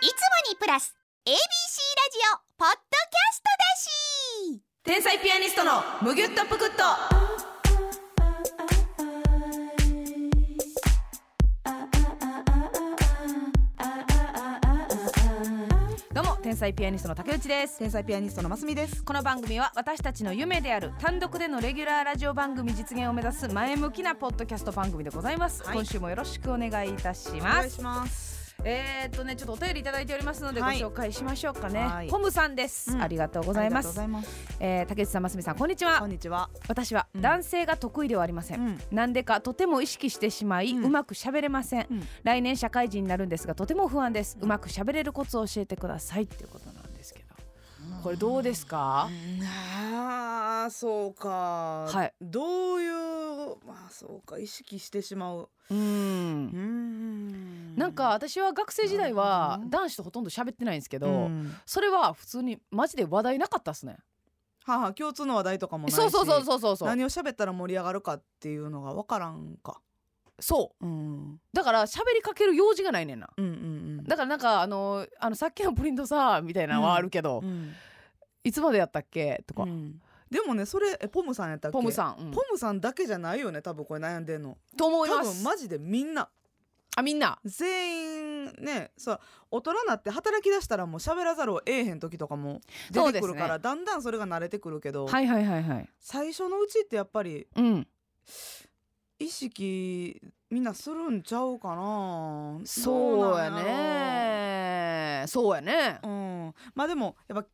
いつもにプラス ABC ラジオポッドキャストだし天才ピアニストのむぎゅっとぷくっとどうも天才ピアニストの竹内です天才ピアニストのますみですこの番組は私たちの夢である単独でのレギュラーラジオ番組実現を目指す前向きなポッドキャスト番組でございます、はい今週もよろしくお願いいたしおま願いすしますえー、っとねちょっとお便りいただいておりますのでごはい紹介しましょうかね、はいポムさんです、うんありがとうごございますざいますえー、竹内さんますみさんこんにちはこんにちは私はうん男性が得意ではありません、うんなんでかとても意識してしまい、ううんまく喋れません、うん来年社会人になるんですがとても不安です、うまく喋れるコツを教えてくださいっていうことなんですけどこれどうですか、あーそうかはいどういうまあそうか意識してしまううーんうーんなんか私は学生時代なるはほどね男子とほとんど喋ってないんですけど、うんそれは普通にマジで話題なかったっすねはあはあ共通の話題とかもないしそうそうそうそうそうそう何を喋ったら盛り上がるかっていうのがわからんかそううんだから喋りかける用事がないねんなうんうんうんだからなんかあのあのさっきのプリントさみたいなのはあるけど、うんいつまでやったっけとか、うんでもねそれえポムさんやったっけポムさん、うんポムさんだけじゃないよね多分これ悩んでんのと思い多ます分マジでみんなあみんな全員ねそう大人になって働き出したらもう喋らざるを得えへん時とかも出てくるから、そうだんだんそれが慣れてくるけど、はいはいはいはい最初のうちってやっぱりうん意識みんなするんちゃうかなそうやどうなんやねそうやねろううんまあでもやっぱ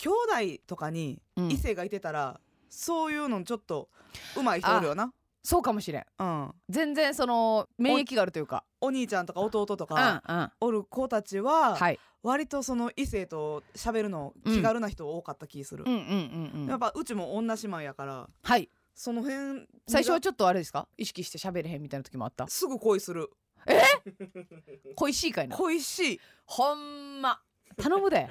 兄弟とかにうん異性がいてたら、そういうのちょっとうまい人おるよなそうかもしれんうん全然その免疫があるというかお兄ちゃんとか弟とうかんうんおる子たちは、はい割とその異性と喋るの気軽な人多かった気するうん、うんうんうやっんぱうちも女姉妹やからはいその辺最初はちょっとあれですか意識して喋れへんみたいな時もあったすぐ恋する恋しいかいな恋しいほんま頼む で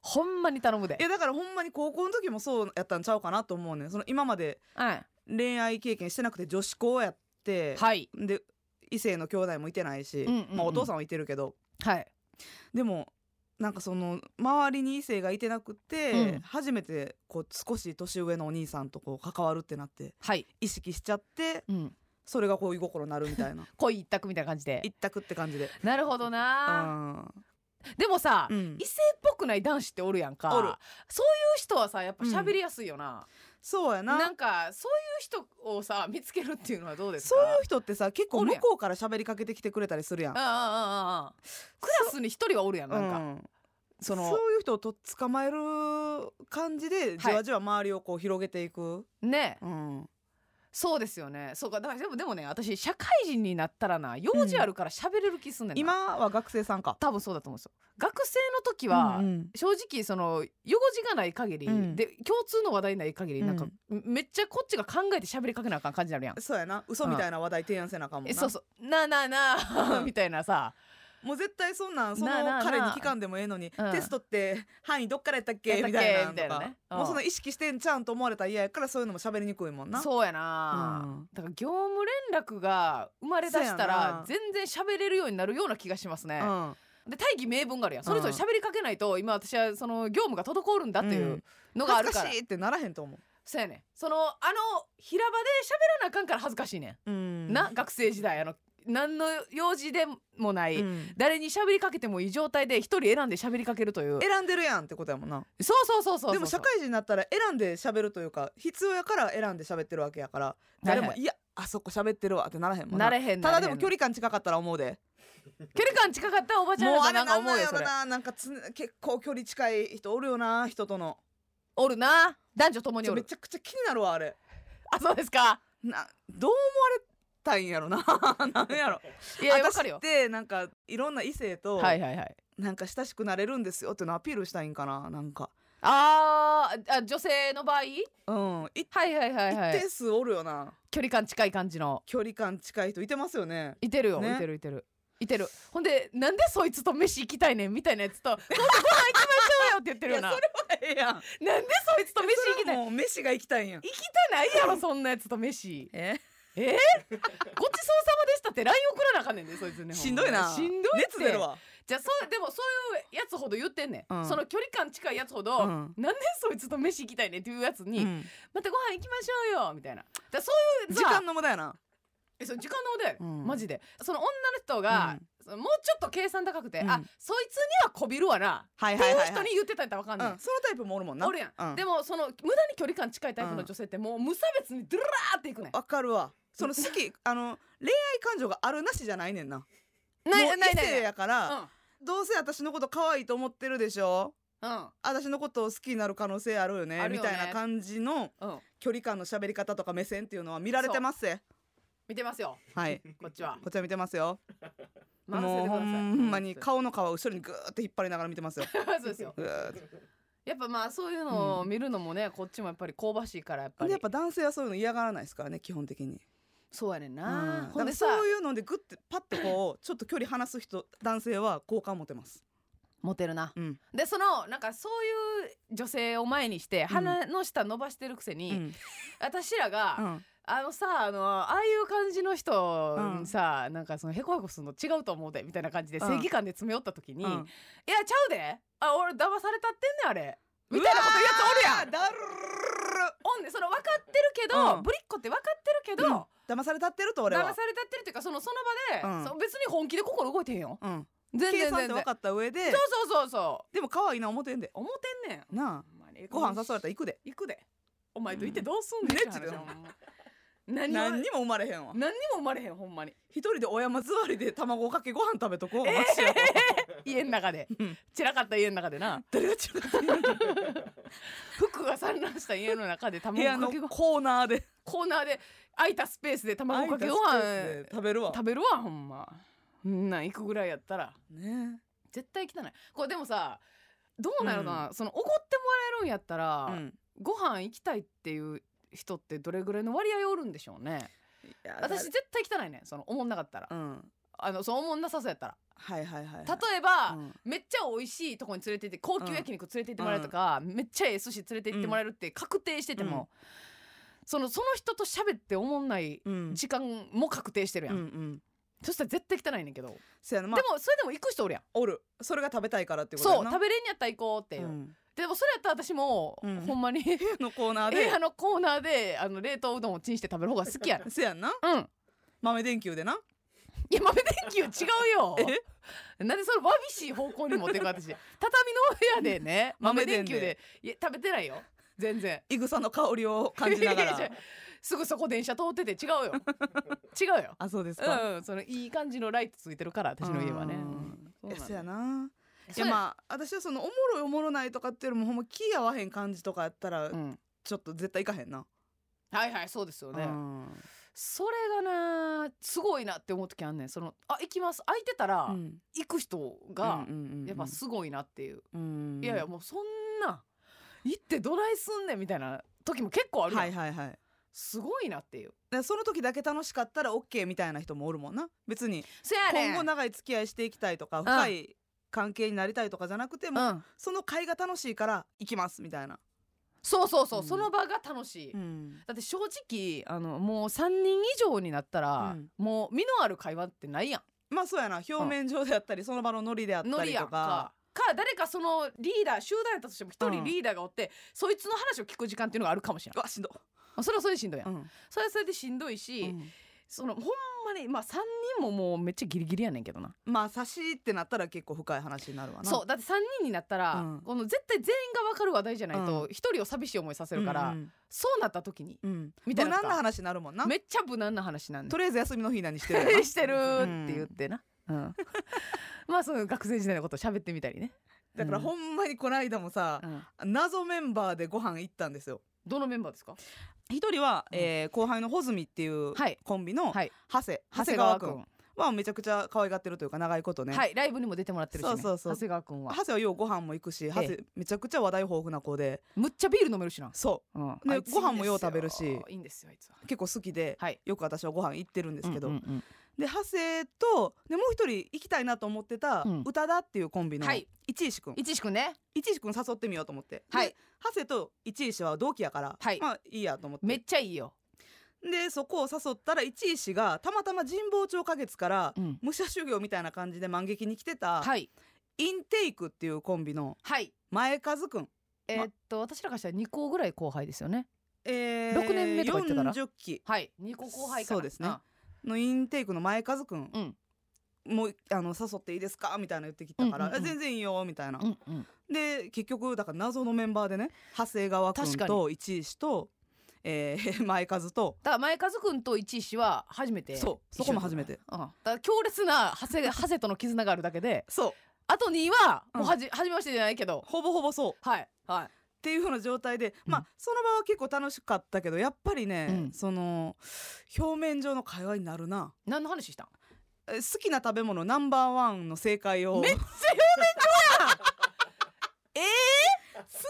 ほんまに頼むでいやだからほんまに高校の時もそうやったんちゃうかなと思うねんその今まではい恋愛経験してなくて女子校やって、はいで異性の兄弟もいてないし、うんうんうんまあ、お父さんはいてるけどはいでもなんかその周りに異性がいてなくて、うん初めてこう少し年上のお兄さんとこう関わるってなってはい意識しちゃってうんそれが恋心になる みたいな恋一択みたいな感じで一択って感じで。なるほどなでもさうんうん異性っぽくない男子っておるやんかおるそういう人はさやっぱ喋りやすいよな、そうやなんかそういう人をさ見つけるっていうのはどうですそかういう人ってさ結お構る向やんこうから喋りかけてきてくれたりするやん。ああああああクラスに一人はおるやんなんか、うんそのそういう人をと捕まえる感じでじわじわ周りをこう広げていく、ねうん、そうですよねそうかだからでもでもね私社会人になったらな用事あるから喋れる気すんねんな、今は学生さんか。多分そうだと思うんですよ学生の時は、うんうん正直その用事がない限り、うんで共通の話題ない限りなんか、うんめっちゃこっちが考えて喋りかけなあかん感じになるやんそうやな嘘みたいな話題提案せなあかんもんえなそうそうなあなあなあうんみたいなさもう絶対そんなんそのなあなあなあ彼に聞かんでもええのにうんテストって範囲どっからやったっけやったっみけたいなみたいのなとねうかんもうその意識してんちゃうんと思われたら嫌やからそういうのも喋りにくいもんなそうやな、うんだから業務連絡が生まれだしたそうやらな全然喋れるようになるような気がしますね、うんで大義名分があるやんそれぞれ喋りかけないと今私はその業務が滞るんだっていうのがあ恥るずか、からしいってならへんと思そうやねんそのあの平場で喋らなあかんから恥ずかしいねう、ん、んな学生時代あの何の用事でもない、うん誰に喋りかけてもいい状態で一人選んで喋りかけるという選んでるやんってことやもんなそうそうそうそうそうでも社会人になったら選んで喋るというか必要やから選んで喋ってるわけやから誰も「いやあそこ喋ってるわ」ってならへんもんなれへんたなだれでへんも距離感近かったら思うで距離感近かったらおばちゃんもうやあとれなんなかん思なんうよやそろれななんかつ結構距離近い人おるよな人とのおるな男女ともにちょおめるちゃくちゃ気になるわあれあそうですかなどう思われたいんやろな なんやろいやわ私かるよってなんかいろんな異性とはいはいはいなんか親しくなれるんですよっていうのアピールしたいんかななんかあーあ女性の場合はいうん一はいはいは定い数おるよな距離感近い感じの距離感近い人いてます よねいてるよ、ねいてるいてるいてるほんでなんでそいつと飯行きたいねんみたいなやつ と「今度ご飯行きましょうよ」って言ってるよななんでええやんそいつと 飯行きたい行もう飯が行きたいんやきたないやろそんなやつと飯ええ ー、ごちそうさまでしたって LINE 送らなあかんねんでそいつねしんどいなほましんどいって熱出るわじゃあそうでもそういうやつほど言ってんねん、うんその距離感近いやつほど、うんなんでそいつと飯行きたいねんっていうやつに、うんまたご飯行きましょうよみたいなだからそういう時さ間の無駄やなえそう時間の無駄やで、うんマジでその女の人が、うんそのもうちょっと計算高くて、うんあそいつにはこびるわな、はいってはいいはうい人はいに言ってたんやったらわかんうない、んそのタイプもおるもんなおるやん、うんでもその無駄に距離感近いタイプの女性ってもう無差別にドゥルラーっていくねんわかるわその好 きあの恋愛感情があるなしじゃないねんなもう異性やからどうせ私のこと可愛いと思ってるでしょうんうん私のことを好きになる可能性あるよねあるよみねたいな感じのうん距離感の喋り方とか目線っていうのは見られてますぜ見てますよはいこっちはこちら見てますよ任せてもうくだほさいんまに顔の皮を後ろにぐーって引っ張りながら見てますよそうですよぐーってやっぱまあそういうのを見るのもね、こっちもやっぱり香ばしいからやっぱでりやっぱ男性はそういうの嫌がらないですからね基本的にそうやねんな、ほんうんだかでらさそういうのでグッてパッとこうちょっと距離離す人男性は好感持てますモテるなうん、でそのなんかそういう女性を前にして鼻の下伸ばしてるくせうに、ん私らが、うんあのさあのああいう感じの人うんにさ、なんかそのへこへこするの違うと思うでみたいな感じでうん正義感で詰め寄った時に「うんいやちゃうであ俺騙されたってんねんあれ」みたいなこと言うやつおるやんんだるおんねんその分かってるけど、うんぶりっ子って分かってるけど、騙されたってると俺騙はされたってるっていうかそのその場で、うんその別に本気で心動いてへんようん全計然算全って然分かった上でそうそうそうそでも可愛いな思てんでう思ってんねんなあほんまにご飯誘われたら行くで行くでお前といてどうすんねんうんって話やほんま何を何にも生まれへんわ何にも生まれへんほんまに 一人でお山座りで卵かけご飯食べとこう、マ ジ家の中でうん散らかった家の中でな誰が違う服が散乱した家の中で部卵屋かのけご飯コーナーでコーナーで空いたスペースで卵かけご空いたスペース飯で食べるわ食べるわほんまんなん行くぐらいやったらね絶対汚いこれでもさどうなるな、その怒ってもらえるんやったら、うんご飯行きたいっていう人ってどれぐらいの割合おるんでしょうね私絶対汚いねんその思んなかったら、うんあのそう思んなさそうやったらはいはいはいはい例えば、うんめっちゃ美味しいとこに連れて行って高級焼肉連れて行ってもらえるとか、めっちゃええ寿司連れて行ってもらえるって確定してても、そのその人と喋って思んないうん時間も確定してるやん、うんうんそしたら絶対汚いねんけど、せやなまあでもそれでも行く人おるやん、おるそれが食べたいからってことそやうな食べれんやったら行こうっていう、うんでもそれやったら私も、うんほんまにのコーナー映で画のコーナーであの冷凍うどんをチンして食べる方が好きやねんせやんなうん豆電球でないや豆電球違う よなんでそのわびしい方向に持っていく私畳の部屋でね豆 豆電電球で球でいや食べてないよ全然いぐさの香りを感じなが いやいらやすぐそこ電車通ってて違うよ違うよあそうですかうんそのいい感じのライトついてるから私の家はねうんうんえそうせなやのなそいやうやまあ私はそのおもろいおもろないとかっていうよりもほんま気合わへん感じとかやったらうんちょっと絶対いかへんな、はいはいそうですよねうんそれがなすごいなって思う時あんねんそのあ行きます空いてたらうん行く人がうんうんうんうんやっぱすごいなっていううんいやいやもうそんな行ってドライすんねんみたいな時も結構あるやん、はいはいはいすごいなっていうでその時だけ楽しかったら OK みたいな人もおるもんな別にせやね今ん後長い付き合いしていきたいとか深い関係になりたいとかじゃなくても、うん、その会が楽しいから行きますみたいな、そうそうそう、うんその場が楽しい、うんだって正直あのもう3人以上になったら、うんもう身のある会話ってないやんまあそうやな表面上であったりその場のノリであっノたリりやとんかかか誰かそのリーダー集団やったとしても一う人んリーダーがおって、そいつの話を聞く時間っていうのがあるかもしれなうわしんど、いそれはそれでしんどいやん、うんそれはそれでしんどいし、うんそのほんまにまあ3人ももうめっちゃギリギリやねんけどなまあ差しってなったら結構深い話になるわなそうだって3人になったら、うんこの絶対全員が分かる話題じゃないと1人を寂しい思いさせるから、うんそうなった時にうんうんみたいな無難な話になるもんなめっちゃ無難な話なんでとりあえず休みの日何してるや なしてるって言ってな、うん まあその学生時代のことを喋ってみたりねだからうんほんまにこの間もさ、うん謎メンバーでご飯行ったんですよどのメンバーですか一人は、うんえー後輩のホズミっていうはいコンビのはい長谷長谷川君はめちゃくちゃ可愛がってるというか長いことね、はいライブにも出てもらってるし、ね、そうそうそう長谷川君は長谷はようご飯も行くし長谷めちゃくちゃ話題豊富な子でむっちゃビール飲めるしな、そうんねあいついいんですご飯もよう食べるしいいんですよあいつはう結構好きで、はいよく私はご飯行ってるんですけど、うんうんで長谷とでもう一人行きたいなと思ってたうん宇多田っていうコンビのはい一石君、うん、いちしくんね一石君誘ってみようと思って、はいで長谷と一石は同期やから、はいまあいいやと思ってめっちゃいいよでそこを誘ったら一石がたまたま神保町花月からうん武者修行みたいな感じで満劇に来てた、はいインテイクっていうコンビのはい前和くん、えーっと私らからしたら2校ぐらい後輩ですよねえ六年目とか言ってたな40期はい2校後輩かなそうですねのインテイクの前和くんうんもうあの誘っていいですかみたいな言ってきたから、うんうんうんあ全然いいよみたいな、うんうんで結局だから謎のメンバーでね長谷川くん確かと一石と、えー 前和とだから前和くんと一石は初めてそうそこも初めて一緒だうんだから強烈な長 谷が長谷との絆があるだけでそうあと2はうんもうはじ、初めましてじゃないけどほぼほぼそうっはいはいていうような状態で、まうんあその場は結構楽しかったけどやっぱりね、うんその表面上の会話になるな何の話したんえ好きな食べ物ナンバーワンの正解をめっ好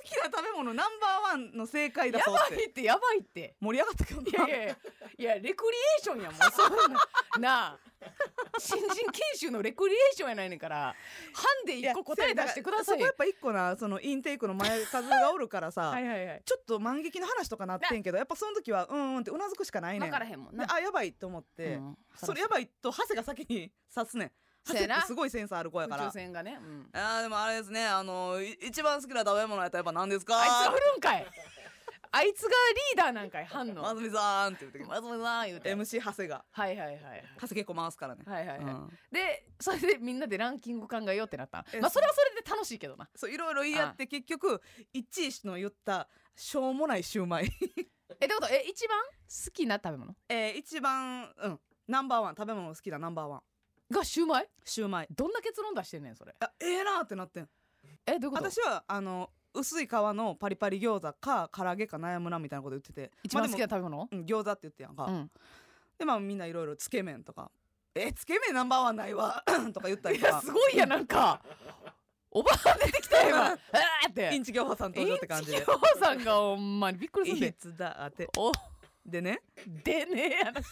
きな食べ物ナンバーワンの正解だやそうっばていってやばいって盛り上がったけどいやいなやいやいやレクリエーションやもんそん ななあ新人研修のレクリエーションやないねんからハンで一個答え出してくださいよやそこやっぱ一個なそのインテイクの前数がおるからさ、はいはいはいちょっと万劇の話とかなってんけどやっぱその時はうんうんってうなずくしかないね分んからへんもんなであやばいと思って、うんそれやばいとハセが先に刺すねんそハうセやってなすごいセンスある子や宇から宙船がね、うんあーでもあれですねあのい一番好きな食べ物やったらやっぱ何ですかあいつが振るんかいあいつがリーダーなんかい反応ずみさんって言ってきま松本さん言うすて MC ハセがはいはいはいはいハセ結構回すからね、はいはいはい、うんでそれでみんなでランキング考えようってなったえまあそれはそれで楽しいけどなそういろいろ言い合って結局一石の言ったしょうもないシュウマイえってことえ一番好きな食べ物 えー一番うんナンバーワン食べ物好きなナンバーワンがシューマイシュウマイどんな結論出してんねんそれあええなーってなってんえどういうこと私はあの薄い皮のパリパリ餃子か唐揚げか悩むなみたいなこと言ってて一番好きなまあ食べ物、でもうん餃子って言ってやんか、うんでまあみんないろいろつけ麺とか「えつけ麺ナンバーワンないわ」 とか言ったりいとかやすごいやなんかおばあ出てきた よ今あーってインチキおばさん登場って感じインでチキおばあさんがほんまにびっく「りすんいでつだあてお」でねでねえ話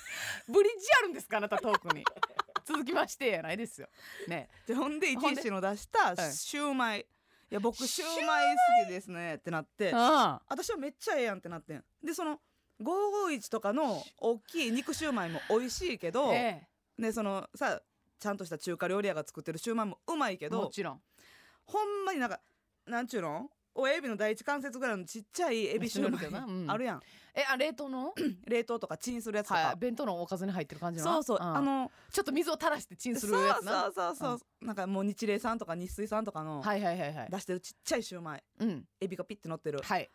ブリッジあるんですかあなたトークに続きましてやないですよねでほんで一ほんで石の出したはいシュウマイ「いや僕シュウマイ好きですね」ってなってあ私はめっちゃええやんってなってんでその551とか の大きい肉シュウマイも美味しいけあど、えでそのさちゃんとした中華料理屋が作ってるシュウマイもうまいけえもどちろんほんまになんかなんちゅうの親指の第一関節ぐらいのちっちゃいエビシュウ マシュウマイなうイんあるやん、えあ冷凍の冷凍とかチンするやつとか、はい弁当のおかずに入ってる感じのなそうそう、んあのちょっと水を垂らしてチンすそうるやつなそうそうそう、なんかもう日霊さんとか日水さんとかのはいはいはいはい出してるちっちゃいシュウマイうんエビがピッて乗ってる、はい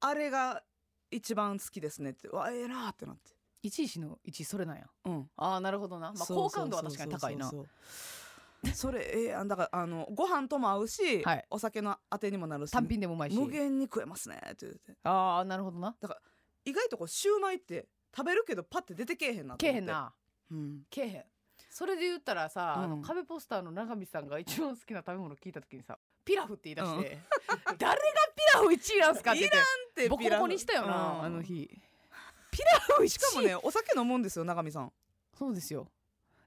あれが一番好きですねってうわええなーってなって一石の一それなんやうんああなるほどなまあそうそう好感度は確かに高いなそうそうそうそれええやんだからあのご飯とも合うし、はいお酒のあてにもなるし単品でもうまいし無限に食えますねって言ってああなるほどな意外とこうシュウマイって食べるけどパッて出てけえへんなと思ってけえへん、なうん、けえへんそれで言ったらさ、あうのん壁ポスターの長見さんが一番好きな食べ物聞いた時にさピラフって言い出して、 誰がピラフ1位なんすかって言ってでボコボコにしたよな、うんあの日ピラフ1位しかもねお酒飲むんですよ永見さん そうですよ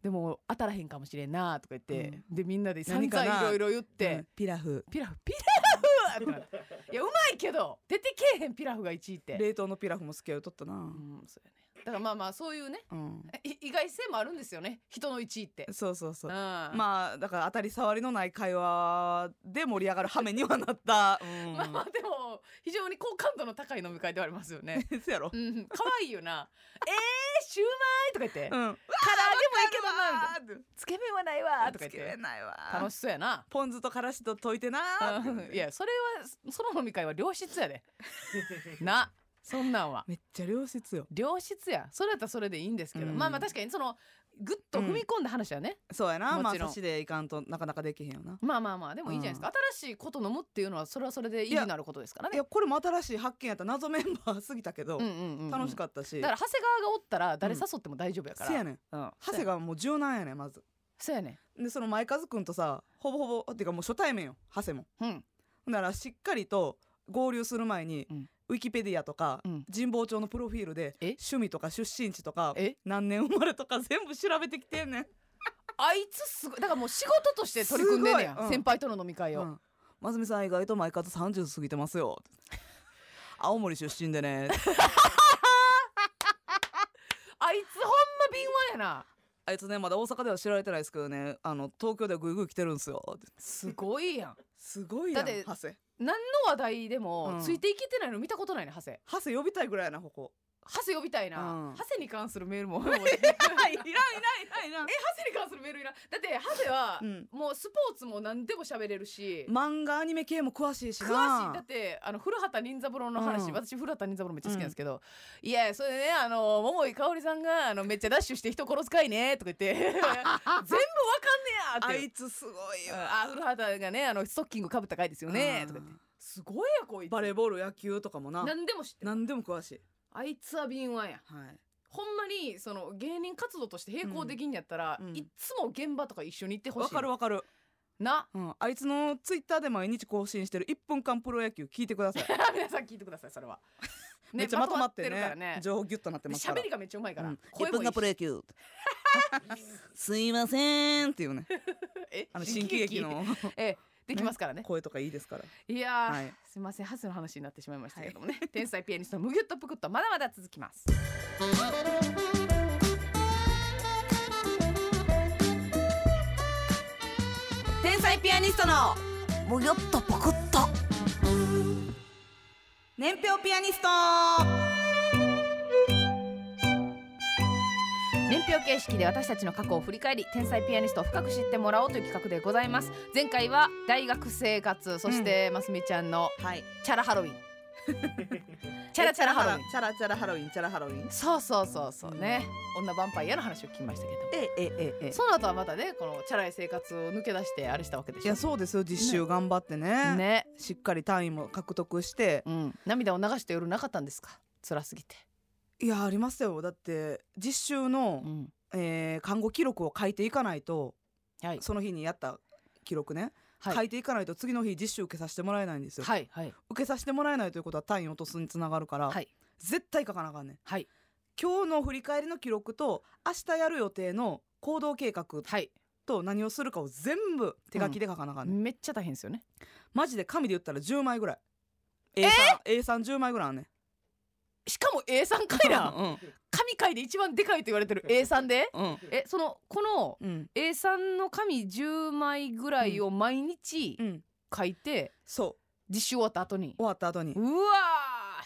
でも当たらへんかもしれんなとか言って、でみんなで散何かな々いろいろ言って、うんピラフピラフピラフってなっていやうまいけど出てけえへんピラフが1位って、冷凍のピラフも好きやよとったなうんそうやね、だからまあまあそういうねうんい意外性もあるんですよね人の1位って。そうそうそうまあまあだから当たり障りのない会話で盛り上がる羽目にはなった、まあまあうでも非常に好感度の高い飲み会ではありますよね。ん、せやろ、うん、可愛いよ な。えー、シューマイとか言って、うん、唐わ揚げもいいけどなみたいな、ーってつけ麺はないわとか言っつけれて、ないわ楽しそうやな。ポン酢とからしと溶いてなうんいや、それは、その飲み会は良質やで。な、そんなんは。めっちゃ良質よ良質や。それやったらそれでいいんですけど、うんまあまあ確かにその、ぐっと踏み込んだ話はね、そうやなもまあちろん差しでいかんとなかなかできへんよなまあまあまあ、でもいいじゃないですか。新しいこと飲むっていうのは、それはそれで意義のあることですからいね。やこれも新しい発見やった謎メンバー過ぎたけど、うんうんうんうん楽しかったしだから長谷川がおったら誰誘っても大丈夫やから、せやねんうん長谷がもう柔軟やねんまずそうやねでその前和くんとさほぼほぼっていうかもう初対面よ長谷もうんほんならしっかりと合流する前に、うんウィキペディアとか、うん神保町のプロフィールでえ趣味とか出身地とかえ何年生まれとか全部調べてきてんねん、あいつすごいだからもう仕事として取り組んでんねやすごいうん先輩との飲み会を、うん、真澄さん意外と前和30過ぎて ますよ青森出身でねやな あいつねまだ大阪では知られてないですけどねあの東京ではグイグイ来てるんですよってすごいやん すごいやんだってハセ何の話題でもうんついていけてないの見たことないねハセハセ呼びたいぐらいやな ここハセ呼びたいな、うんハセに関するメールも俺ハセにはいいらんいらんいらんい関するメールいらんだってハセは、らんうんもうスポーツも何でも喋れるし漫画アニメ系も詳しいしな詳しいだってあの古畑任三郎の話、うん私古畑任三郎めっちゃ好きなんですけど、いやそれでねあの桃井かおりさんがあのめっちゃダッシュして人殺すかいねとか言って全 部わかんねやっあていつすごいよあ古畑がねあのストッキングかぶった回ですよねうとんか言ってすごいやこいつバレーボール野球とかもな何でも知ってる何でも詳しいあいつは敏腕やはいほんまにその芸人活動として並行できんやったら、うんうんいっつも現場とか一緒に行ってほしわいかるわかるなうんあいつのツイッターで毎日更新してる1分間プロ野球聞いてく ださい皆さん聞いてくださいそれ は、ねめっちゃまとまってるからねね情報ギュッとなってますから喋りがめっちゃうまいから、うん声もいいし野 球すいませんっていうねえあの新喜劇のええできますからね声とかいいですからいやー、はいすいませんハスの話になってしまいましたけどもね、天才ピアニストのむぎゅっとぷくっとまだまだ続きます天才ピアニストのもよっとぽこっと年表ピアニスト年表形式で私たちの過去を振り返り天才ピアニストを深く知ってもらおうという企画でございます前回は大学生活そしてますみちゃんのはいチャラハロウィン チャラチャラハロウィンチャラチャラハロウィンチャラハロウィンそうそうそうそうね、女ヴァンパイアの話を聞きましたけどえええええその後はまたねこのチャラい生活を抜け出してあれしたわけでいしやょそうですよ実習頑張ってねね、しっかり単位も獲得してうん、涙を流した夜なかったんですか辛すぎて、いやありますよだって実習の、ん、えー看護記録を書いていかないとはいその日にやった記録ね、は書いいていかないと次の日実習受けさせてもらえないんですよ、はいはい受けさせてもらえないということは単位落とすにつながるから、はい絶対書かなあかんねんはい今日の振り返りの記録と明日やる予定の行動計画はいと何をするかを全部手書きで書かなあかんねん、めっちゃ大変ですよねマジで紙で言ったら10枚ぐらい A3A30 枚ぐらいあんねんしかも A さん回だ うん神回で一番でかいと言われてる A さんでうんえそのこのうん A さんの紙10枚ぐらいを毎日うん書いてそ実習終わった後にう終わった後にうわー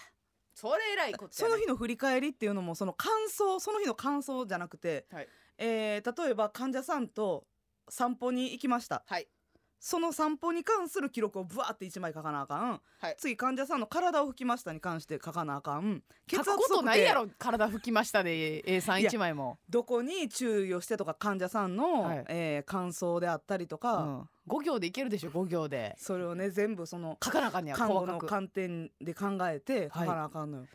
それ偉いことその日のの振り返りっていうのもその感想その日の感想じゃなくて、はいえー例えば患者さんと散歩に行きました、はいその散歩に関する記録をブワーって1枚書かなあかん、はい次患者さんの体を拭きましたに関して書かなあかん書くことないやろ体拭きましたで A さん1枚も、どこに注意をしてとか患者さんの、はいえー感想であったりとうか、ん、5行でいけるでしょ5行でそれをね全部その書かなあかんねや看細護かのく観点で考えて書かなあかんのよ、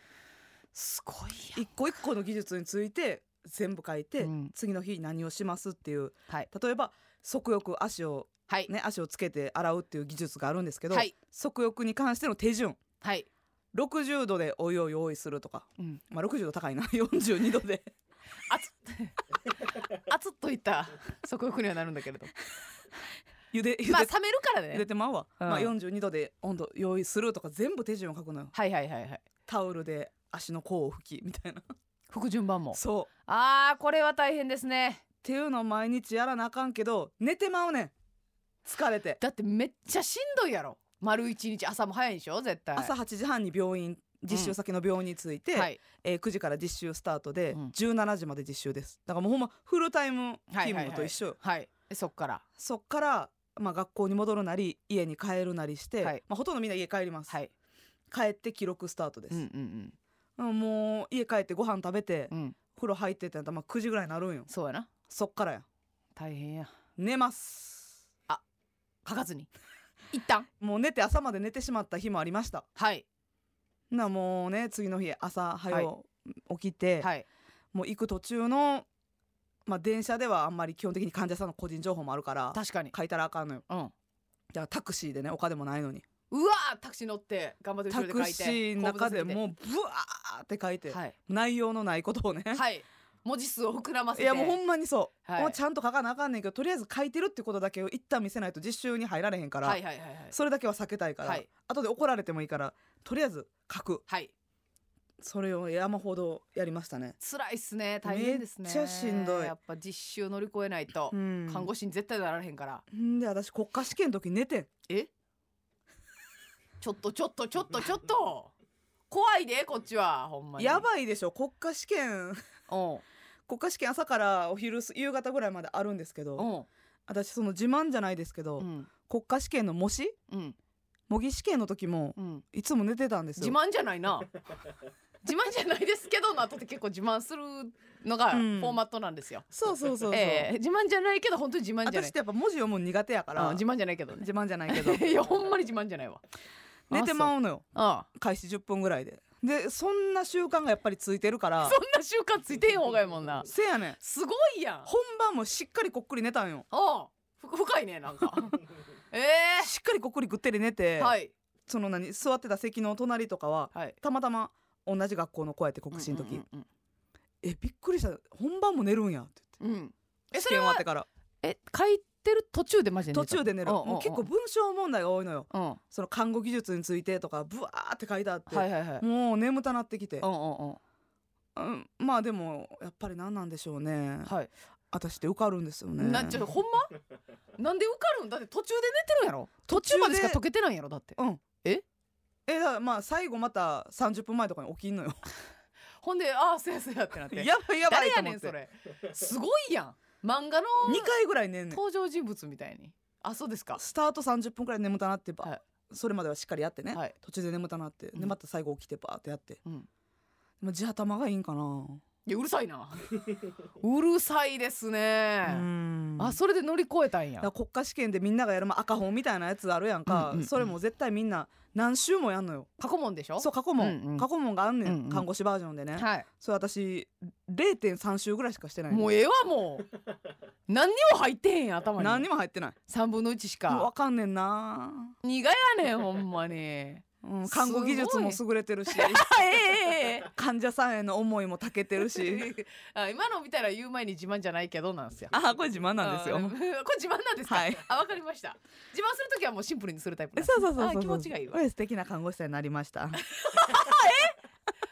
すごいや一個一個の技術について全部書いて、うん次の日何をしますっていうはい例えば足浴足をはい、ね足をつけて洗うっていう技術があるんですけど、はい足浴に関しての手順はい、 60度でお湯を用意するとか、うん、まあ、60度高いな 42度で熱っ 熱っといった速欲にはなるんだけれどゆでゆで,、まあ冷めるからゆでねてまうわ、うんまあ、42度で温度用意するとか全部手順を書くのよはいはいはいはいタオルで足の甲を拭きみたいな服順番もそうっあーこれは大変ですねていうのを毎日やらなあかんけど寝てまうねん疲れてだってめっちゃしんどいやろ丸一日朝も早いんでしょ絶対朝8時半に病院実習先の病院に着いて、はいえー、9時から実習スタートで、うん17時まで実習ですだからもうほんまフルタイムはい勤務と一緒よ、はいそっからそっから、まあ、学校に戻るなり家に帰るなりして、はいまあ、ほとんどみんな家帰ります、はい帰って記録スタートでうん、すうんうんもう家帰ってご飯食べて、うんうん風呂入ってってなったら、まあ、9時ぐらいになるんよそうやなそっからや大変や寝ます書かずに一旦もう寝て朝まで寝てしまった日もありましたはいなもうね次の日朝早はいよ起きて、はいもう行く途中の、まあ、電車ではあんまり基本的に患者さんの個人情報もあるから確かに書いたらあかんのようんだからタクシーでねお金もないのにうわータクシー乗って頑張って後タろで書いクてシーの中で後もうブワーって書部いて、座席ではい内容の ないことをね、はい文字数を膨らませい、てやもうほんまにそう、はいもうちゃんと書かなあかんねんけどとりあえず書いてるってことだけを一旦見せないと実習に入られへんから、はいはいはいはいそれだけは避けたいから、はい後で怒られてもいいからとりあえず書くはいそれを山ほどやりましたね、辛いっすね大変ですねめっちゃしんどいやっぱ実習乗り越えないと、ん看護師に絶対なられへんからんで私国家試験の時寝てんえちょっとちょっとちょっとちょっと怖いでこっちはほんまにやばいでしょ国家試験おう国家試験朝からお昼す夕方ぐらいまであるんですけどおう私その自慢じゃないですけど、うん国家試験の模試うん模擬試験の時もうんいつも寝てたんですよ自慢じゃないな自慢じゃないですけどの後って結構自慢するのがフうんォーマットなんですよ、そうそうそうそう、ええ自慢じゃないけど本当に自慢じゃ私ないってやっぱ文字読むの苦手やから、うん自慢じゃないけどね自慢じゃないけ どいやほんまに自慢じゃないわ寝てまううのよあ開始10分ぐらいででそんな習慣がやっぱりついてるからそうそんな習慣ついてへん方がいいもんなせやねんすごいやん本番もしっかりこっくり寝たんよあふ深いねなん かえしっかりこっくりぐってり寝て、えはいその何座ってた席の隣とかははいたまたま同じ学校の子やって国試の時、うんうんえびっくりした本番も寝るんやってうんうん、うんえ言って試それ験終わはってからえ書いてる途中でマジで途中で寝るうんうんうんもう結構文章問題が多いのようんはその看護技術についてとかブワーって書いてあって、いはいはいもう眠たなってきてう、んうんうんうん、まあでもやっぱり何なんでしょうねはい、私って受かるんですよねなんちょほんまなんで受かるんだって途中で寝てるんやろ途中中でまでしか解けてないんやろだってえだからまあ最後また30分前とかに起きんのよほんでああそうやそうやってなってやばいやば誰いとや思ねっんてそれすごいやん漫画の2回ぐらい寝んねん登場人物みたいにあそうですかスタート30分くらい眠たなってば、はいそれまではしっかりやってね、はい途中で眠たなって、うんでまた最後起きてバーってやって、うんまあ、地頭がいいんかな、いやうるさい なうるさいですね、うんあそれで乗り越えたんやだから国家試験でみんながやる、まあ、赤本みたいなやつあるやんうんか、うんうんそれも絶対みんな何週もやんのよ過去問でしょそう過去問、うんうん過去問があんねん、うんうん看護師バージョンでね、はいそれ私0.3週ぐらいしかしてないのもうええわもう何にも入ってへんや頭に何にも入ってない3分の1しもうわかかんねんな、苦やねんほんまにえうん、看護技術もす優 れてるしええ 患者さんへの思いもたけてるええ しあ今の見たら言う前に自慢じゃないけどなんですよあこれ自慢なんですよあこれ自慢なん ですか、はいあわかりました自慢するときはもうシンプルにするタイプなんですそうそうそうあそう気持ちがいいわこれ素敵な看護師さんになり ました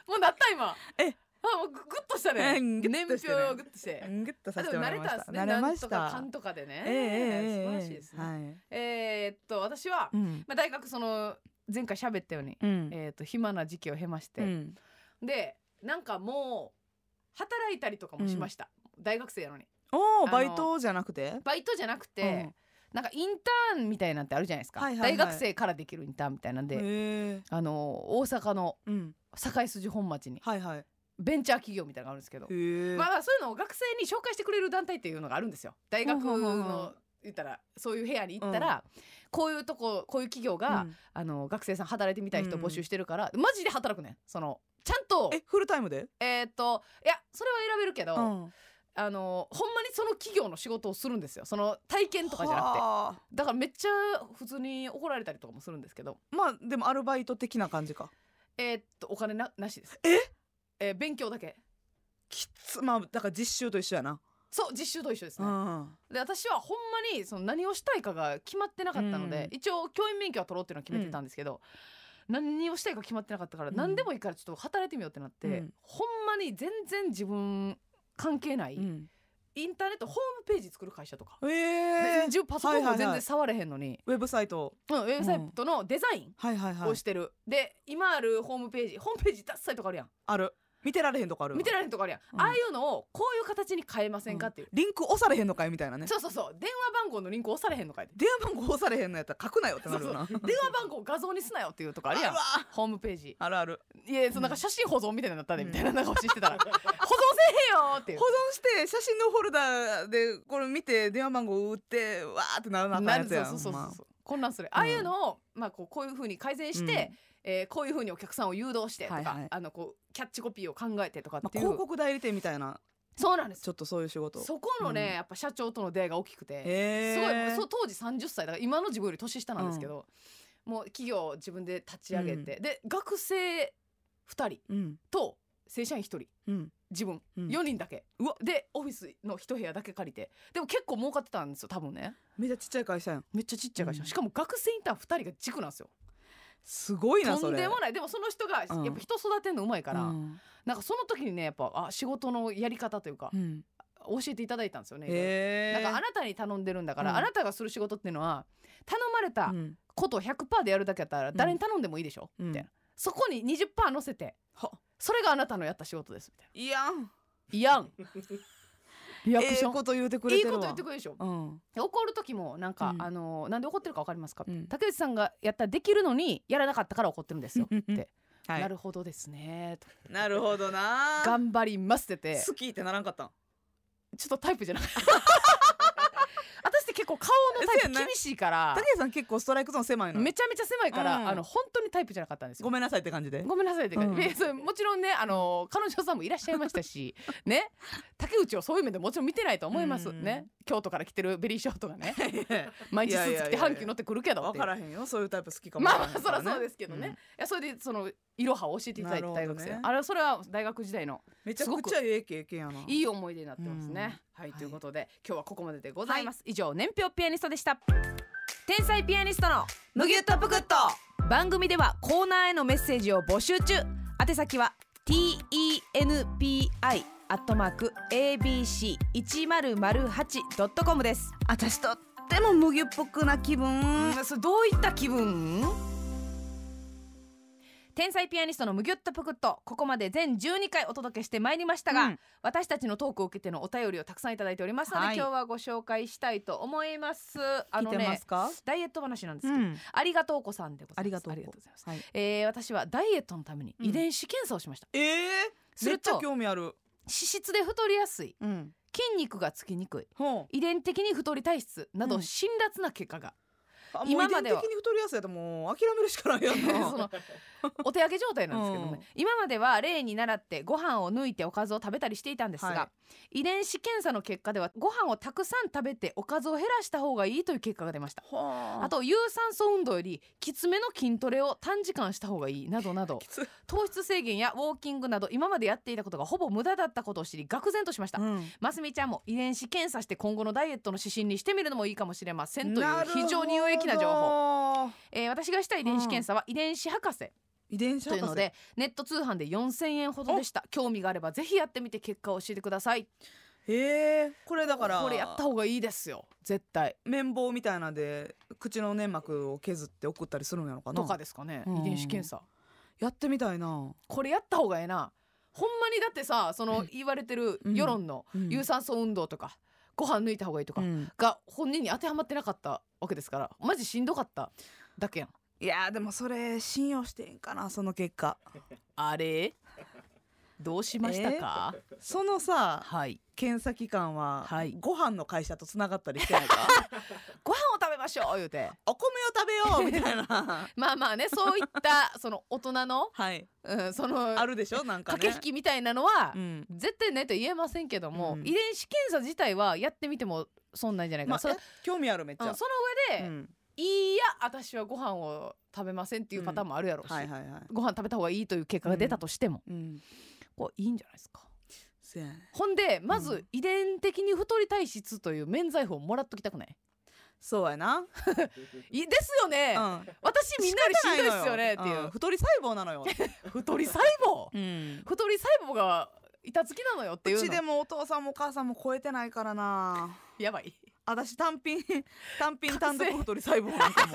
もうなった今えあもうググッとしたえねーグ年ッとしてね表をグッとしてうんグッとあさせでてもも慣らいれまたんでしすたね。慣れなまんとしかた勘とかでね。ええ素晴ええらしいですね。はいえーっと私は、うんまあ大学その前回喋ったように、うんえーっと暇な時期を経まして、うんでなんかもう働いたりとかもしました。大学生やのにおあのーバイトじゃなくてバイトじゃなくて、なんかインターンみたいなんてあるじゃないですか。はいはいはい大学生からできるインターンみたいなんうんで、へえあの大阪のうん堺筋本町にはいはいへベンチャー企業みたいなのがあるんですけど、えまあまあそういうのを学生に紹介してくれる団体っていうのがあるんですよ。大学ほうほうほうほのう言ったらそういう部屋に行ったら、こういうとここういう企業が、うんあの学生さん働いてみたい人を募集してるから、マジで働くねんそのちゃんとえフルタイムでえーっといやそれは選べるけど、うんあのほんまにその企業の仕事をするんですよその体験とかじゃなくてはあだからめっちゃ普通に怒られたりとかもするんですけどまあでもアルバイト的な感じかえーっとお金ななしですええー勉強だけきつまあだから実習と一緒やなそう実習と一緒ですうね、んで私はほんまにその何をしたいかが決まってなかったので、う一応教員免許は取ろうっていうのは決めてたんですけど、何をしたいか決まってなかったから、うん何でもいいからちょっと働いてみようってなって、うんほんまに全然自分関係ない、うんインターネットホームページ作る会社とか、えでえ自分パソコンもはい全はい然はい触れへんのに、ウェブサイトうんウェブサイトのデザインはいはいはをいしてる、で今あるホームページホームページダッサいとかあるやんある見てられへんとかある見てられへんとかあるやん、うんああいうのをこういう形に変えませんかっていう、リンク押されへんのかいみたいなねそうそうそう電話番号のリンク押されへんのかいって電話番号押されへんのやったら書くなよってなるよな電話番号を画像にすなよっていうとかあるやんあホームページるわあるあるいやそのなんか写真保存みたいになったで、うんみたいななんか押しして たら保存せえへんよっていう保存して写真のフォルダでこれ見て電話番号打ってわーってなるなあかなんやるつやんそうそうそうほんそまう混乱するああいうのを、まあ、こうこういうふうに改善して、えーこういうふうにお客さんを誘導してとか、はいはいあのこうキャッチコピーを考えてとかっまあていう、広告代理店みたいなそうなんですちょっとそういう仕事そこのね、うんやっぱ社長との出会いが大きくて、えすごいもうー、そう当時30歳だから今の自分より年下なんですけど、もう企業を自分で立ち上げて、で学生2人うんと正社員1人うん自分、うん4人だけでオフィスの一部屋だけ借りてでも結構儲かってたんですよ多分ねめっちゃちっちゃい会社やんめっちゃちっちゃい会社、うんしかも学生インターン2人が軸なんですよすごいなとそんれでもないでもその人がやっうんぱ人育てるのうまいから、うんなんかその時にねやっぱあ仕事のやり方というか、うん教えていただいたんですよね、へなんえかあなたに頼んでるんだから、うんあなたがする仕事っていうのは頼まれたうんことを100%でやるだけやったらん誰に頼んでもいいでしょ、うんみたいなそこに20%乗せてはそれがあなたのやった仕事ですみたいいやんないやんリアクえシえョン、こと言うてくれいいてるこわと言ってくれるでしょうんで怒る時もなんか、うんあのなんで怒ってるかわかりますか、うん竹内さんがやったらできるのにやらなかったから怒ってるんですよって、はいなるほどですねとなるほどな頑張りますってて好きってならんかったんちょっとタイプじゃない 私って結構顔のタせイやプな厳しいから竹内さん結構ストライクゾーン狭いのめちゃめちゃ狭いから、うんあの本当にタイプじゃなかったんですよごめんなさいって感じ でごめんなさいってか、うんいやそれもちろんねあの彼女さんもいらっしゃいました しね竹内をそういう面でもちろん見てないと思います、うんね京都から来てるベリーショートが ね毎毎日スーツ着て阪急乗ってくるけどっ分てからへんよそういうタイプ好きかもまあまわあか そららんからそねうですけどね、ういんやそれでそのいろはを教えていただいてなる大ほどね学生の、あれそれは大学時代のめちゃくちゃええ経験やないい思い出になってますね、はいはいということで今日はここまででございます、以上年表ピアニストでした天才ピアニストのむぎゅっとぷくっと番組ではコーナーへのメッセージを募集中宛先は tenpi アットマーク abc1008.com です私とってもむぎゅっぽくな気分それどういった気分天才ピアニストのむぎゅっとぷくっとここまで全12回お届けしてまいりましたが、うん私たちのトークを受けてのお便りをたくさんいただいておりますので、はい今日はご紹介したいと思いますあ聞いのてまねすかダイエット話なんですうけど、んありがとうこさんでござあいりまがすとうありがとうございますはいえー、私はダイエットのためにうん遺伝子検査をしました、ええすめっるちゃと興味ある脂質で太りやすいうん筋肉がつきにくいほう遺伝的に太り体質などうん辛辣な結果が、あもう今までは遺伝的に太りやすいやったらもう諦めるしかないやん なそのお手上げ状態なんですけどね、うん今までは例に倣ってご飯を抜いておかずを食べたりしていたんですが、は遺伝子検査の結果ではご飯をたくさん食べておかずを減らした方がいいという結果が出ましたほうあと有酸素運動よりきつめの筋トレを短時間した方がいいなどなど きつ糖質制限やウォーキングなど今までやっていたことがほぼ無駄だったことを知り愕然としました、うんますみちゃんも遺伝子検査して今後のダイエットの指針にしてみるのもいいかもしれませんという非常に有益な情報、報えー私がした遺伝子検査は遺伝子博士遺伝子と博い士うのでネット通販で4000円ほどでした興味があればぜひやってみて結果を教えてくださいへえこれだからこれやった方がいいですよ絶対綿棒みたいなんで口の粘膜を削って送ったりするんやろかなとかですかねうん遺伝子検査やってみたいな、これやった方がええなほんまにだってさその言われてるうん世論のうん有酸素運動とかご飯抜いた方がいいとかうんが本人に当てはまってなかったわけですからマジしんどかっただけやんいやーでもそれ信用してんかなその 結果あれどうしましたか、そのさはい検査機関は、はいご飯の会社とつながったりしてな いかご飯を食べましょう言う てお米を食べようみたいなまあまあねそういったその大人の、はいうん、そ のあるでしょなんかね駆け引きみたいなのは、うん絶対ないと言えませんけども、うん遺伝子検査自体はやってみても損ないんじゃないかな、まあそれえ興味あるめっちうゃん、その上で、うんいいや私はご飯を食べませんっていうパターンもあるやろうし、はいはいはいご飯食べた方がいいという結果が出たとしても、うんこういいんじゃないですかせやねほんでまうずん遺伝的に太り体質という免罪符をもらっときたくないそうやな、ういいですよね、ん、私みんなよりしんどいっすよねって仕方ないうの、ん太り細胞なのよ、太り細胞 うん、太り細胞が板付きなのよっていううのちでもお父さんもお母さんも超えてないからなやばい私単 品単品単独覚醒太り細胞な んかも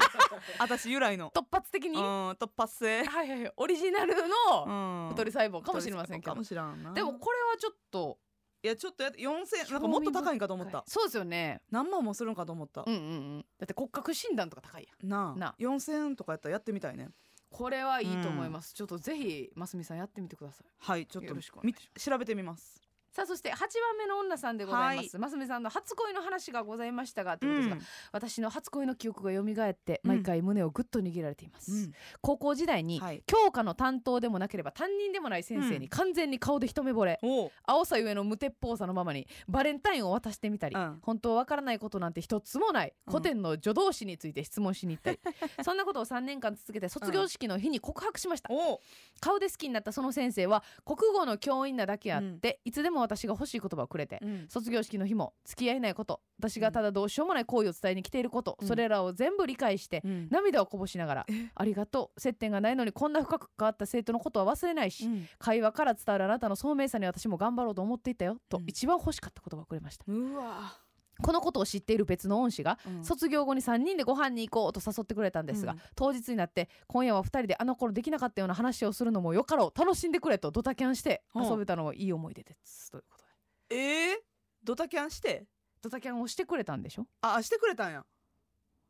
私由来の突発的うに、ん突発性はいはいはいオリジナルうのん太り細胞かもしれませんけど、かもしらんなでもこれはちょっといやちょっとやって4000なんかもっと高いんかと思ったそうですよね何万もするんかと思ったうんうんうんだって骨格診断とか高いやんなあなあ4000とかやったらやってみたいねこれはいいと思います、ちょっとぜひますみさんやってみてくださいはいちょっとよろしくお願いみし調べてみますさあそして8番目の女さんでございます、ますみさんの初恋の話がございましたがということですが、私の初恋の記憶が蘇ってうん毎回胸をぐっと握られています、うん高校時代に、はい教科の担当でもなければ担任でもない先生うんに完全に顔で一目惚れ、おう青さゆえの無鉄砲さのままにバレンタインを渡してみたり、うん本当わからないことなんて一つもないうん古典の助動詞について質問しに行 ったり、そんなことを3年間続けて卒業式の日に告白しました、おう顔で好きになったその先生は国語の教員なだけあって、いつでも私が欲しい言葉をくれて、うん卒業式の日も付き合えないこと私がただどうしようもない行為を伝えに来ていること、うんそれらを全部理解して、うん涙をこぼしながらえ「ありがとう接点がないのにこんな深く関わった生徒のことは忘れないし、うん会話から伝わるあなたの聡明さに私も頑張ろうと思っていたよ」とうん一番欲しかった言葉をくれました、うわ、このことを知っている別の恩師がうん卒業後に3人でご飯に行こうと誘ってくれたんですが、うん当日になって今夜は2人であの頃できなかったような話をするのもよかろう楽しんでくれとドタキャンしてうん遊べたのもいい思い出ですということでえー、ドタキャンしてドタキャンをしてくれたんでしょああしてくれたんや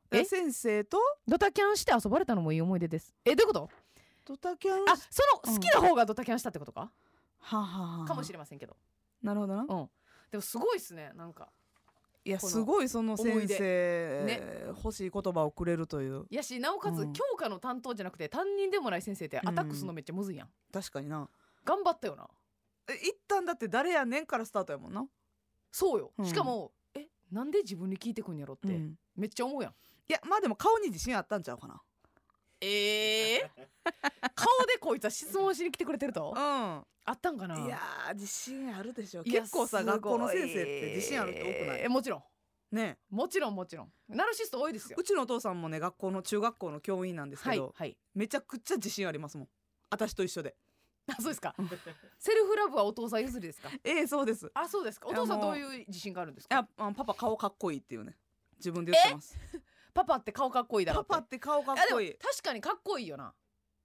え先生とドタキャンして遊ばれたのもいい思い出ですえどういうことドタキャンあその好きな方がドタキャンしたってことか、はははかもしれれませんけどなるほどな、うんでもすごいっすねなんかいやこのすごいその思い先出生、ね欲しい言葉をくれるというやしなおかつ、うん教科の担当じゃなくて担任でもない先生ってアタックするのめっちゃむずいやん、確かにな頑張ったよなえ一旦だって誰やねんからスタートやもんな、そうよ、うんしかもえなんで自分に聞いてくんやろって、うんめっちゃ思うやんいやまあでも顔に自信あったんちゃうかなええ顔でこいつは質問しに来てくれてると うあったんかなんいやー自信あるでしょいや結構さすごい学校の先生って自信あるって多くない、えーもちろんねもちろんもちろんナルシスト多いですようちのお父さんもね学校の中学校の教員なんですはけいど、 はいめちゃくちゃ自信ありますもん私と一緒であそうですかセルフラブはお父さん譲りですかええそうですあそうですかおいや父さんもどうういう自信があるんですあかあパパ顔かっこいいっていうね自分で言ってますパパって顔かっこいいだろパうパって顔かっいやでもこいい確かにかっこいいよな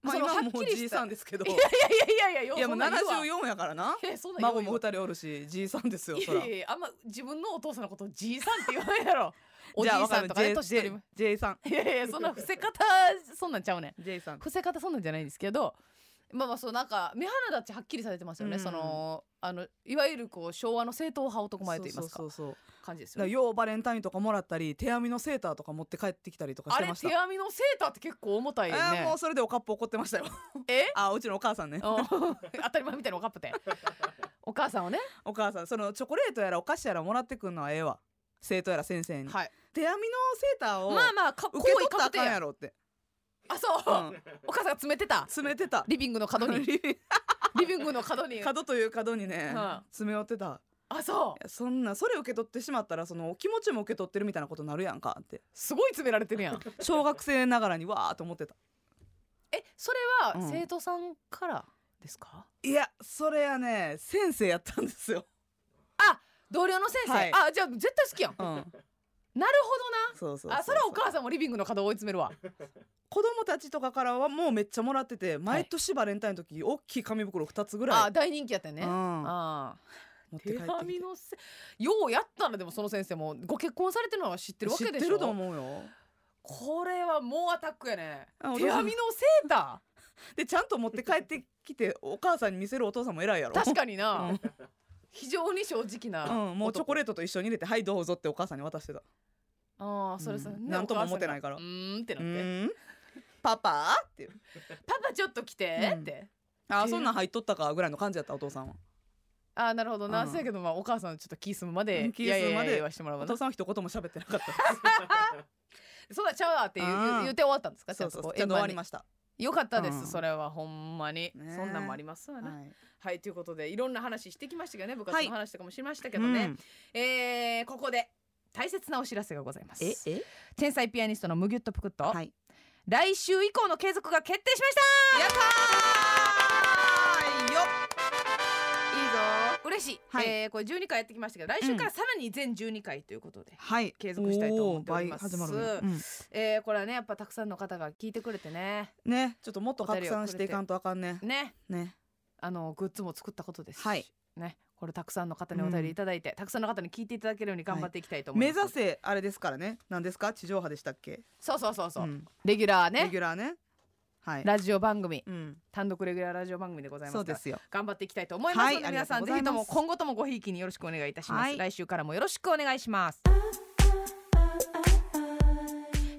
まあその今ははもっきうりしたじいさんですけどいやいやいやいやいやもうよ74やからなえそんなん孫言もう二人おるしじいさんですよいそやらいやいやあんま自分のお父さんのことをじいさんって言わないだ ろおじいわさかんるとかね J- 年取りも J- J さんいやいやいやそんな伏せ方そんなんちゃうねん J さん伏せ方そんなんじゃないんですけどまあまあそうなんか目鼻立ちはっきりされてますよね、うんそのあのいわゆるこう昭和の正統派男前と言いますかそうそうそう感じですだかよらねようバレンタインとかもらったり手編みのセーターとか持って帰ってきたりとかしあてれました手編みのセーターって結構重たいよあーもねうそれでおかっぽ怒ってまし たよえあうちのお母さんうねん 当たり前みたいなおかっぱて お母さんをねお母さんそのチョコレートやらお菓子やらもらってくんのはええわ生徒やら先生に、はい手編みのセーターをまあまあか受け行為取ったらあ確定かんややろって、あそうう、んお母さんが詰めてた詰めてたリビングの角 にリビングの角に角という角にね、うん詰め寄ってたあそういやそんなそれ受け取ってしまったらその気持ちも受け取ってるみたいなことになるやんかってすごい詰められて るやん小学生ながらにわーっと思ってたえそれはうん生徒さんからですか、いやそれはね先生やったんですよ、同僚の先生、はいあじゃあ絶対好きやん、うん、なるほそうそうどなあそれはお母さんもリビングの角を追い詰めるわ子供たちとかからはもうめっちゃもらってて毎年バレンタインの時大きい紙袋2つぐらい、あ大人気やったよね、うんあ持って手帰ってき紙てのせようやったらでもその先生もご結婚されてるのは知ってるわけでしょ知ってると思うよこれはもうアタックやねあお父手さん紙のセータでちゃんと持って帰ってきてお母さんに見せるお父さんも偉いやーろ確かにな、うん非常に正直な、うん、もうチョコレレートと一緒に入れて「はいどうぞ」ってお母さんに渡してたああそれさ、うんなんとも思ってないからお母さんがうーんって「なうって、ーんパパ?」っていうパパちょっと来てうんって、 「あーそんなん入っとったか」ぐらいの感じやったお父さんはあーなるほどな、うんそうやけどまあお母さんちょっと気済むまでうん気済むまいやいやいでや言わしてもらおうおな父さんは一言も喋ってなかったそうだちゃうわって言ううん言うて終わったんですかそうそうそうちちゃゃんんと終と終わわりりまました、よかったです、うんそれはほんまに、ねえそんなんもありますわねはい、はいということでいろんな話してきましたけどね部活の話とかもしましたけどうねん、えーここで大切なお知らせがございますええ天才ピアニストのムギュッとプクッと、はい来週以降の継続が決定しましたやったーよっいいぞ嬉しい、はいえーこれ12回やってきましたけど来週からさらに全12回ということで、はい継続したいと思っておりますおー倍始まるね、えーこれはねやっぱたくさんの方が聞いてくれてねうんねちょっともっと拡散していかんとあかんねねねあのグッズも作ったことですし、はいね、これたくさんの方にお便りいただいて、たくさんの方に聞いていただけるように頑張っていきたいと思目います、指せあれですからね何ですか地上波でしたっけそうそうそうそう、んレギュラーレねギュラーねはいラジオ番組うん単独レギュラーラジオ番組でございますそうからですよ頑張っていきたいと思いますので、はい皆さんありぜがとひうござといますも今後ともごひいきによろしくお願いいたします、はい来週からもよろしくお願いします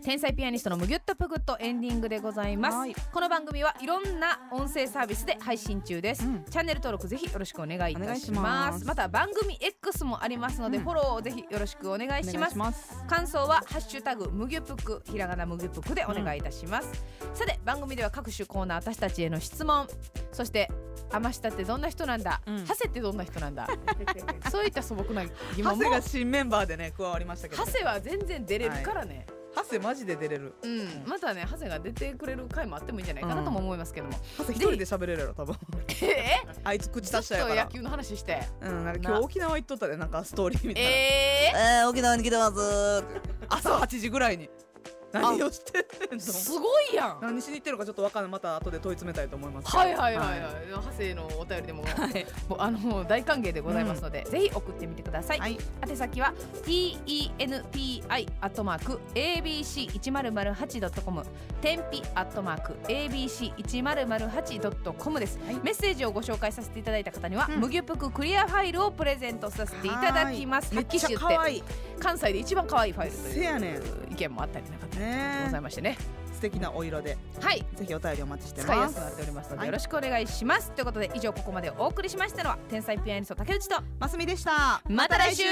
天才ピアニストのむぎゅっとぷぐっとエンディングでございます、はいこの番組はいろんな音声サービスで配信中です、うんチャンネル登録ぜひよろしくお願いいたしますお願いしまますた番組 X もありますので、うんフォローをぜひよろしくお願いしおま願すいします感想は「ハッシュタグむぎゅぷく」ひらがなむぎゅぷくでお願いいたします、さて番組では各種コーナー私たちへの質問そして天下ってどんな人なんだ、うんハセってどんな人 なんだそういった素朴な疑ハ問セもが新メンバーでね加わりましたけどハセは全然出れるからね、ハセマジで出れるうん、またねハセが出てくれる回もあってもいいんじゃないかなとも思いますけども、ハセ一人で喋れるやろ多分 えあいつ口ず出っしたやかとら野球の話してうんなんか今日沖縄行っとったでなんかストーリーみたいな、えー、えー、沖縄に来てます朝8時ぐらいに何をしてんのすごいやん何しに行ってるかちょっとわかんないまた後で問い詰めたいと思いますけどはいはいはいはい、ハセのお便りでも、もうあの大歓迎でございますので、ぜひ送ってみてください。はい宛先は t e n p i アットマーク a b c 一0 0 8ドットコム、天日アットマーク a b c 一0 0 8ドットコムです、はいメッセージをご紹介させていただいた方には、うん無牛ぷくクリアファイルをプレゼントさせていただきます。めっちゃ可愛い関西で一番可愛いファイルとせいやねんう意見もあったりなかったりねございえましてね。素敵なお色ではい。ぜひお便りお待ちして使いやますすくなっておりますので、はいよろしくお願いしますということで以上ここまでお送りしましたのは天才ピアニスト竹内とますみでしたまた来週